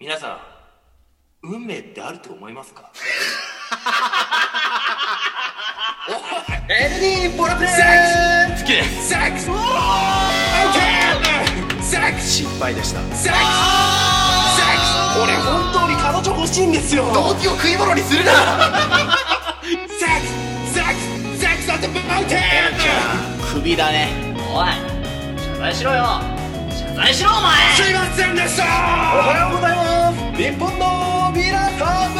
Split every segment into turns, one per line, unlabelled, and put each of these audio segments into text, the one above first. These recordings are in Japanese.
皆さん運命ってあると思いますか
MD ボロプレス好きですセックスオーケーセックス失敗でしたセックスセックス
俺本当に彼女欲しいんですよ
動機を食い物にするなセックスセックスセックスアットマウンテ
首だねおい謝罪しろよ謝罪しろお
ンす
前
いませんでしたおはようございます日本の皆さん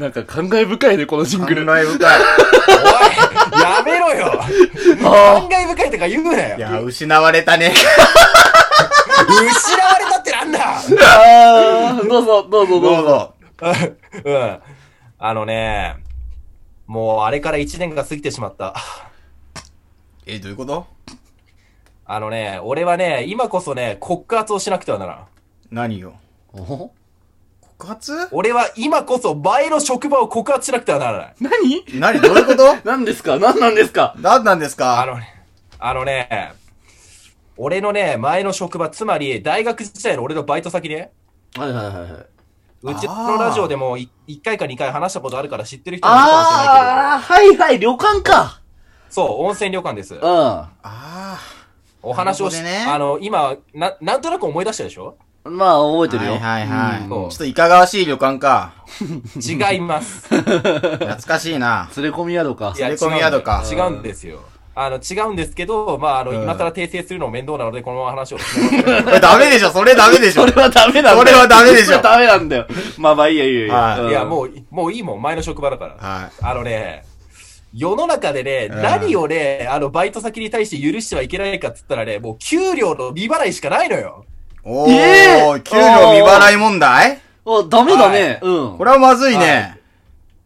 なんか感慨深いね、このジングル。
慨深い。
やめろよ
あ
感慨深いとか言うなよ
いや、失われたね。
失われたってなんだ
ーあー、どうぞ、どう
どう
ぞ、どうぞ。
ぞ。
うん。あのね、もうあれから1年が過ぎてしまった。
え、どういうこと
あのね、俺はね、今こそね、告発をしなくてはならん。
何よ。
お
告発
俺は今こそ前の職場を告発しなくてはならない。
何
何どういうこと
何ですか何なんですか
何なんです
あ
か
のね、あのね、俺のね、前の職場、つまり大学時代の俺のバイト先ね、
はいはいはいはい。
うち
あ
の
ー
ラジオでも1回か2回話したことあるから知ってる人もいるかもしれないけ
あー、はいはい、旅館か。
ど、そう、温泉旅館です
う。ん。
あ
お話をし、
なるほどね
あの、今、な、なんとなく思い出したでしょ
まあ、覚
あ。
えてるよ。
はいはいはい。
ん
ちょっといかがわしい旅館か。
違います。
懐かしいな。
連れ込み宿か
い。や
連れ込み宿か
違うんですよ。あの、違うんですけど、まあ、あの、
うん
今更訂正するのも面倒なので、このまま話を進めます。
これダメでしょそれダメでしょ
それはダメなんだよ。
それはダメでしょ
それダメなんだよ。まあまあいいやいいやいいや。
はい
いや、
う
もう、もういいもん、前の職場だから。
はい。
あのね、世の中でね、
うん
何をね、あの、バイト先に対して許してはいけないかって言ったらね、もう給料の未払いしかないのよ。
お
えー
ー、給料未払い問題
ん。あ、ダメだね。うん。
これはまずいね。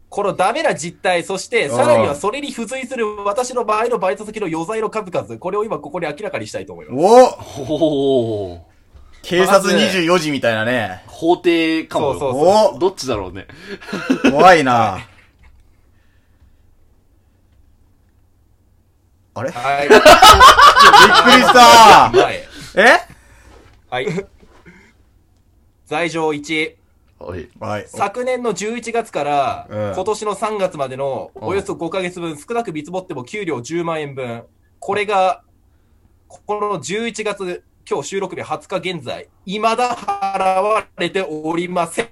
このダメな実態、そして、
うん
さらにはそれに付随する私の場合のバイト先の余罪の数々、これを今ここに明らかにしたいと思います。
おー
ほー。
警察24時みたいなね。
法廷かもよ。
そう
お
どっちだろうね。
怖いな。あれびっ
はい。
くり した
はい。
え
はい。 罪状1。
はい。
はい。
昨年の11月から
うん
今年の3月までのおよそ5ヶ月分、少なく見積もっても給料10万円分。これが、ここの11月、今日収録日20日現在、未だ払われておりません。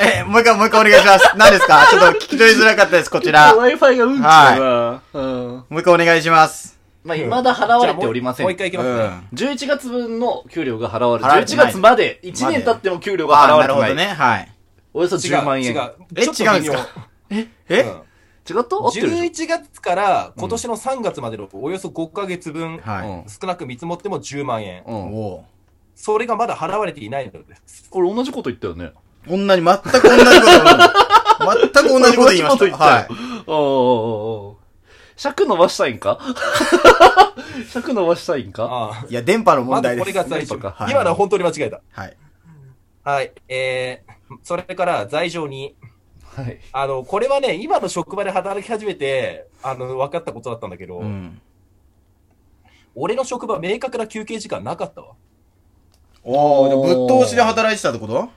え、もう一回、もう一回お願いします。何ですかちょっと聞き取りづらかったです、こちら。も
Wi-Fi がうんちだな。うん。
う一回お願いします。
まあ、未だ払われておりません。
じゃあもうもう一回いき
う
ますね。
ん。
11月分の給料が払われ
払われて
11
ない
月まで、1年経っても給料が払
あー、
わ
な
れ
る
て
ほ
ない。
どね。はい。
およそ
違
10
う、
万
違
円。
う。
え、違うん
ちょっ
です
と微妙
かえ
うん
違った合ってるでし
11月から今年の3月までのおよそ5ヶ月分、
はい
うん
少なく見積もっても10万円。
ょ。うん。
お
それがまだ払われていないのです。
俺同じこと言ったよね。
お。女に全く同じこと。全く同じこと言いま
同じ
した。
こと言ったよ
はい。
おーおーおー尺伸ばしたいんか 尺伸ばしたいんか
ああ。
いや、電波の問
ま
題
ずこ
です
れ。が最初。
電波
かはい
今のは本当に間違えた。
はい。
はい。えー、それから罪状に、
はい。
あの、これはね、今の職場で働き始めて、あの、分かったことだったんだけど、
うん。
俺の職場明確な休憩時間なかったわ。
おー、ぶっ通しで働いてたってこと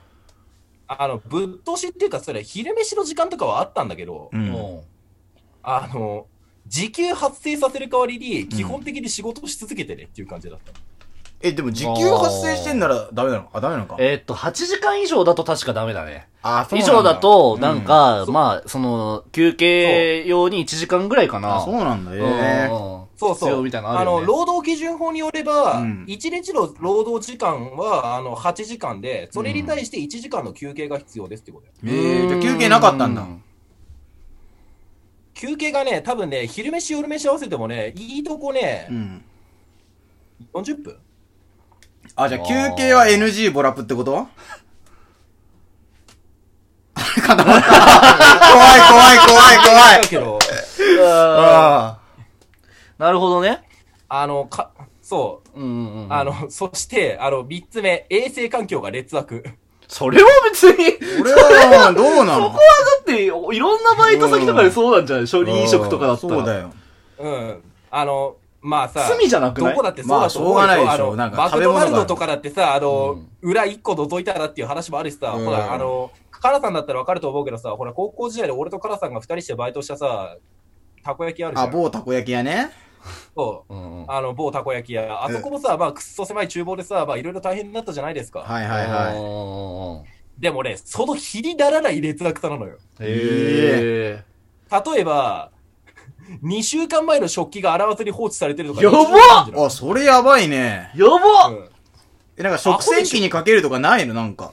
あの、ぶっ通しっていうか、それ、昼飯の時間とかはあったんだけど、
うん。
あの、時給発生させる代わりに、基本的に仕事をし続けてねっていう感じだった。
え、でも時給発生してんならダメなのあ、ダメなのか。
えーっと、8時間以上だと確かダメだね。
あ、そう
以
なんだ
上だと、なん、
う
か、まあ、その、休憩用に1時間ぐらいかな。
あ、そうなんだ。ええ。
うん
そうそ
必要
う。
みたいなのあ
あ
るよ
の、
ね。
労働基準法によれば、
うん
1日の労働時間は、あの、8時間で、それに対して1時間の休憩が必要ですってことだよ。
えー、じゃあ休憩なかったんだ
う。
休憩がね、多分ね、昼飯、夜飯合わせてもね、いいとこね
う、ん。
40分
あ、じゃあ休憩は NG ボラップってことあれかな怖い怖い怖い怖い
だ。けど、
あ
なるほどね。
あの、か、そう。
うんうんうん。
あの、 そして、あの、3つ目、衛生環境が劣悪。
それは別に、
あ。俺は、どうな
そこは
の
だって、いろんなバイト先とかでそうなんじゃない初任職とかだったら。
そうだよ。
うん。あの、まあさ、
罪じゃなくない
どこだってそうだと思うよ、
まあしょうがないでしょ
あの
なんか
マ
食
ク
べ
ド
物が
ナルドとかだってさ、あの、裏一個覗いたらっていう話もあるしさ、
うん
ほら、あの、カラさんだったらわかると思うけどさ、ほら、高校時代で俺とカラさんが二人してバイトしたさ、たこ焼きあるじゃ
あ、
ん。
某たこ焼き屋ね。
そう
うんうん
あの、某たこ焼き屋。あそこもさ、まあ、くっそ狭い厨房でさ、まあ、いろいろ大変だったじゃないですか。
はいはいはい。
は
でもね、その比にならない劣悪さなのよ。
い。え
例えば、2週間前の食器が洗わずに放置されてるとか。
やばっ
あ、それやばいね。
え。やばっ
うん
え、なんか食洗機にかけるとかないのなんか。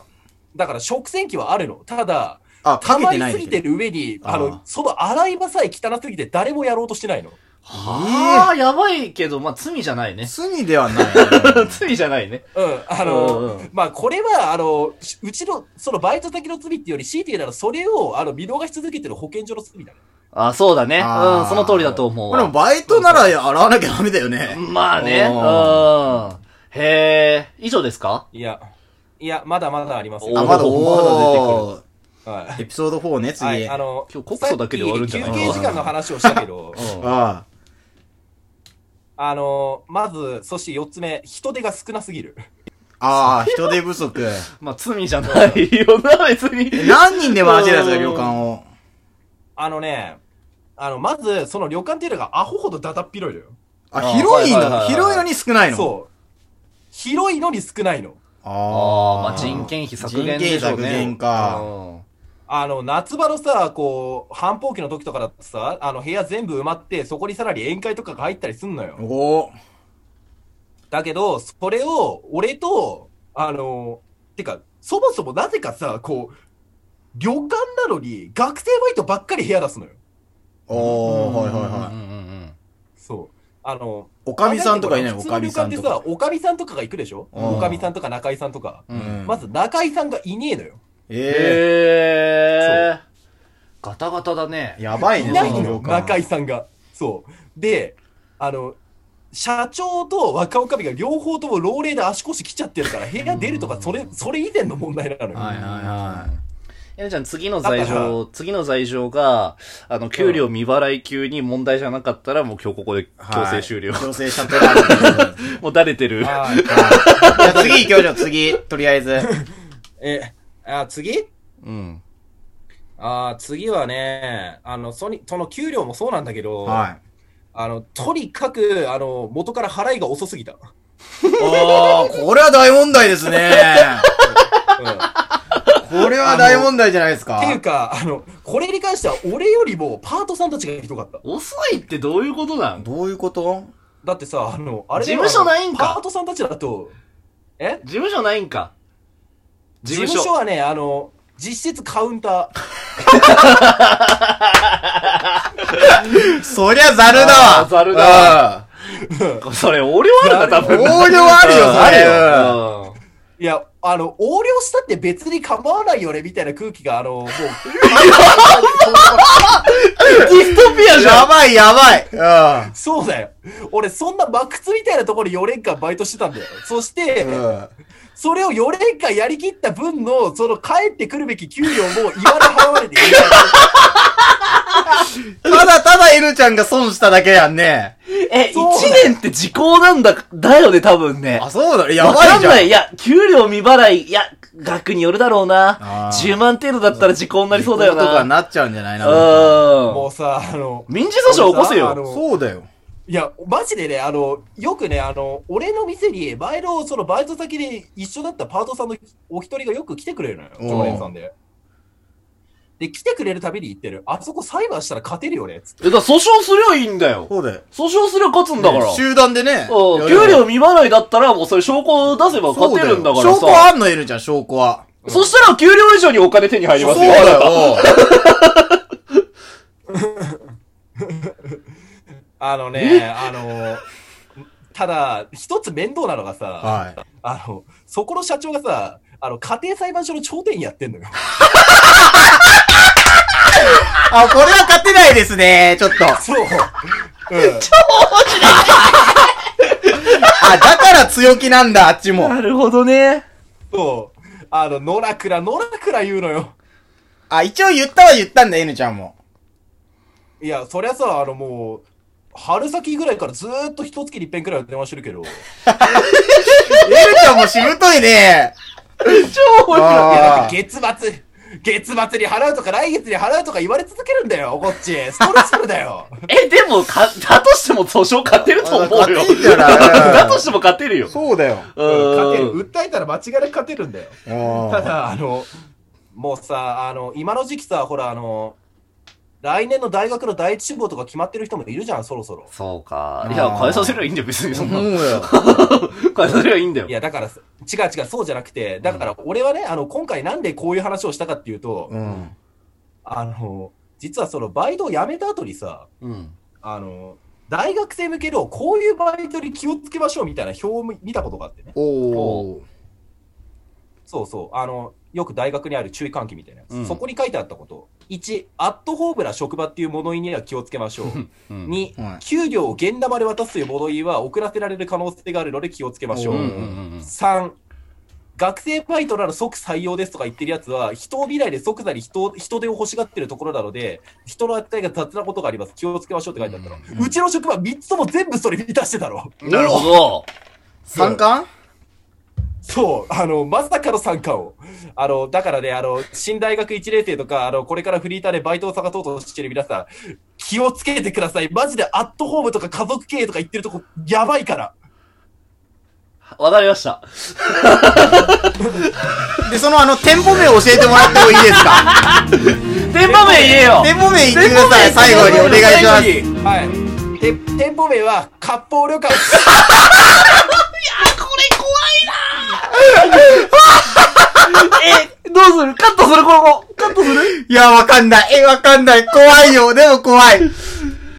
だから食洗機はあるの。ただ、
あ、
溜
かけ
ま
て
り
ない
すぎてる上に、あ
ああ
の、その洗い場さえ汚すぎて誰もやろうとしてないの。
はあ、やばいけど、まあ、罪じゃないね。
罪ではない。
罪じゃないね。
うん。あ
うんう
の
ん、
まあ、これは、あの、しうちの、そのバイト先の罪っていうより、強いて言うなら、それを、あの、見逃し続けてる保健所の罪だね。
あ、そうだね。
あー
うん、その通りだと思う
これも
わ。
バイトなら洗わなきゃダメだよね。
まあね。うん。へえ。以上ですか
いや、いや、まだまだあります
お
あ、
よ。
まだ、
お
おー。
はい。
エピソード4ね、次。
はい、あの、
今日告訴だけで終わるんじゃない
さっき休憩時間の話をしたけど、
うん。
あ
あの、まず、そして4つ目、人手が少なすぎる。
あ。ああ、人手不足。
まあ、罪じゃないよな、別に。
何人でも走らせた旅館を。
あのね、あの、まず、その旅館っていうのがアホほどだだっ広いのよ。
あ、
あー
広いん
はいはい
だ。
はい
広いのに少ないの。う。
そう。広いのに少ないの。
あ
ああ、まあ、
あ。
人件費削減でしょうね。
人件費削減か
うん
あの、夏場のさ、こう、繁忙期の時とかだとさ、あの、部屋全部埋まって、そこにさらに宴会とかが入ったりすんのよ。
おー
だけど、それを、俺と、あの、てか、そもそもなぜかさ、こう、旅館なのに、学生バイトばっかり部屋出すのよ。
おー、はいはい
うん
はい。
うんうん
そう。あの、
おかみさんとかいないお
普通
か
の旅
みさ
館
ん
って
と
さ
か。、
おかみさんとかが行くでしょ
うん
おかみさんとか中井さんとか。
うん
まず中井さんがいねえのよ。
え
へえ。ガタガタだね
え。。やばい
い
ね、
ない
その
の
旅、館
中井さんが。そう。で、あの、社長と若女将が両方とも老齢で足腰来ちゃってるから、部屋出るとか、それ、それ以前の問題なのよ。
はいはいはい。
えなちゃん、次の罪
だか
状、次の罪状が、あの、給料未払い級に問題じゃなかったら、もう今日ここで強制終了。
はい強制シャットダウン。
もうだれてる。
あ
じゃあ次行きましょう、次。とりあえず。
ーえ、あ、次
うん。
あー次はね、あの、そに、その給料もそうなんだけど、
はい。
あの、とにかく、あの、元から払いが遅すぎた。
ああ、これは大問題ですね。
う ん
これは大問題じゃないですか
って。いうか、あの、これに関しては俺よりもパートさんたちがひどかった。
遅いってどういうことなん
どういうこと
だってさ、あの、あれだよ
事務所ないんか
パートさんたちだと、え
事務所ないんか事
事
務
務
所。
所はね、あの、実質カウンター。
そりゃザルだ
あ
わ
ーザルだ
だ
それ、俺はあるな、多
横
分。
領あるよ、それ。うん
よ。
いや、あの、横領したって別に構わないよね、みたいな空気が、あの、もう、
ディストピアじゃ
や
ん
ばい、やばい。うん
そうだよ。俺、そんな真靴みたいなところに4年間バイトしてたんだよ。そして、
うん。
それを4年間やりきった分の、その帰ってくるべき給料も言われ払われていない
ただただエルちゃんが損しただけやんね。
え、
そう
1年って時効なんだ、だよね、多分ね。
あ、そうだね。や
わ
ば
か
い
ん
じゃ
ない。
ん。
いや、給料未払い、いや、額によるだろうな。
あー
10万程度だったら時効になりそうだよ
とか
な。
なっちゃうんじゃないな。
う
も
ん。
うさ、あの、
民事訴訟起こせ
あ
よ。
の
そうだよ。
いや、マジでね、あの、よくね、あの、俺の店に、前のそのバイト先で一緒だったパートさんのお一人がよく来てくれるのよ、
うん
常連さんで。で、来てくれるたびに言ってる、あそこ裁判したら勝てるよね、つって。
え、だから訴訟すりゃいいんだよ。
そうだよ。
訴訟すりゃ勝つんだから。
集団でね。
うん給料未払いだったら、もうそれ証拠を出せば勝てるんだから
証拠は
さ。
あんのエルちゃん、証拠は。
そしたら給料以上にお金手に入り
そ
ま
う
すよ。
だ
あなた
よ。
あのね、あの、ただ、一つ面倒なのがさ、
はい。
あの、そこの社長がさ、あの、家庭裁判所の頂点やって んのよ。
あ、これは勝てないですね。ちょっと。あ、
そう。うん
だから強気なんだ、あっちも。
なるほどね。
そう。あの、野良倉、野良倉言うのよ。
あ、一応言ったは言ったんだ、エルちゃんも。
いや、そりゃさ、あのもう、春先ぐらいからずーっと一月に一遍くらいは電話してるけど、
エルちゃんもしぶといね。
超面白い。
あー
月末、月末に払うとか来月に払うとか言われ続けるんだよ、こっち。ストレスフルだ よ。
え、でも、か、だとしても訴訟勝てると思うよ
あ勝て。るよな
だとしても勝てるよ。
そうだよ。
う
うん勝てる。
ん。
訴えたら間違いなく勝てるんだよ。 た
あ
だ、あの、もうさ、あの、今の時期さ、ほら、あの、来年の大学の第一志望とか決まってる人もいるじゃん、そろそろ。
そうか。い
あ
や、
ー
変えさせればいいんだよ、別に
ー
そんな
思
の。
うよ。
変えさせればいいんだよ
い。や、だから、違う違う、そうじゃなくて、だから俺はね、あの、今回なんでこういう話をしたかっていうと、
うん。
あの、実はそのバイトを辞めた後にさ、
うん。
あの、大学生向けのこういうバイトに気をつけましょうみたいな表を見たことがあってね。
おー。
そうそう。あの、よく大学にある注意喚起みたいなやつ。
うん
そこに書いてあったこと。1、アットホームな職場っていう物言いには気をつけましょう。
うん。
2、
はい
給料を現玉で渡すという物言いは遅らせられる可能性があるので気をつけましょう。
うん
お
うん
ー
うん
3、学生バイトなら即採用ですとか言ってるやつは、人を見ないで即座に人を人手を欲しがってるところなので、人の扱いが雑なことがあります。気をつけましょうって書いてあったの。うちの職場3つとも全部それ満たしてたろ。
うん。なるほど。
三冠
そう、あの、まさかの参加を。あの、だからね、あの、新大学1年生とか、あの、これからフリーターでバイトを探そうとしてる皆さん、気をつけてください。マジでアットホームとか家族経営とか言ってるとこ、やばいから。
わかりました。
で、そのあの、店舗名教えてもらってもいいです か
電波名言えよ
店舗名言ってください。最後にお願いします。
す
はい。て、店舗名は、割烹旅館。
え、どうするカットするこの子カットする
いや、わかんない。え、わかんない。怖いよ。でも怖い。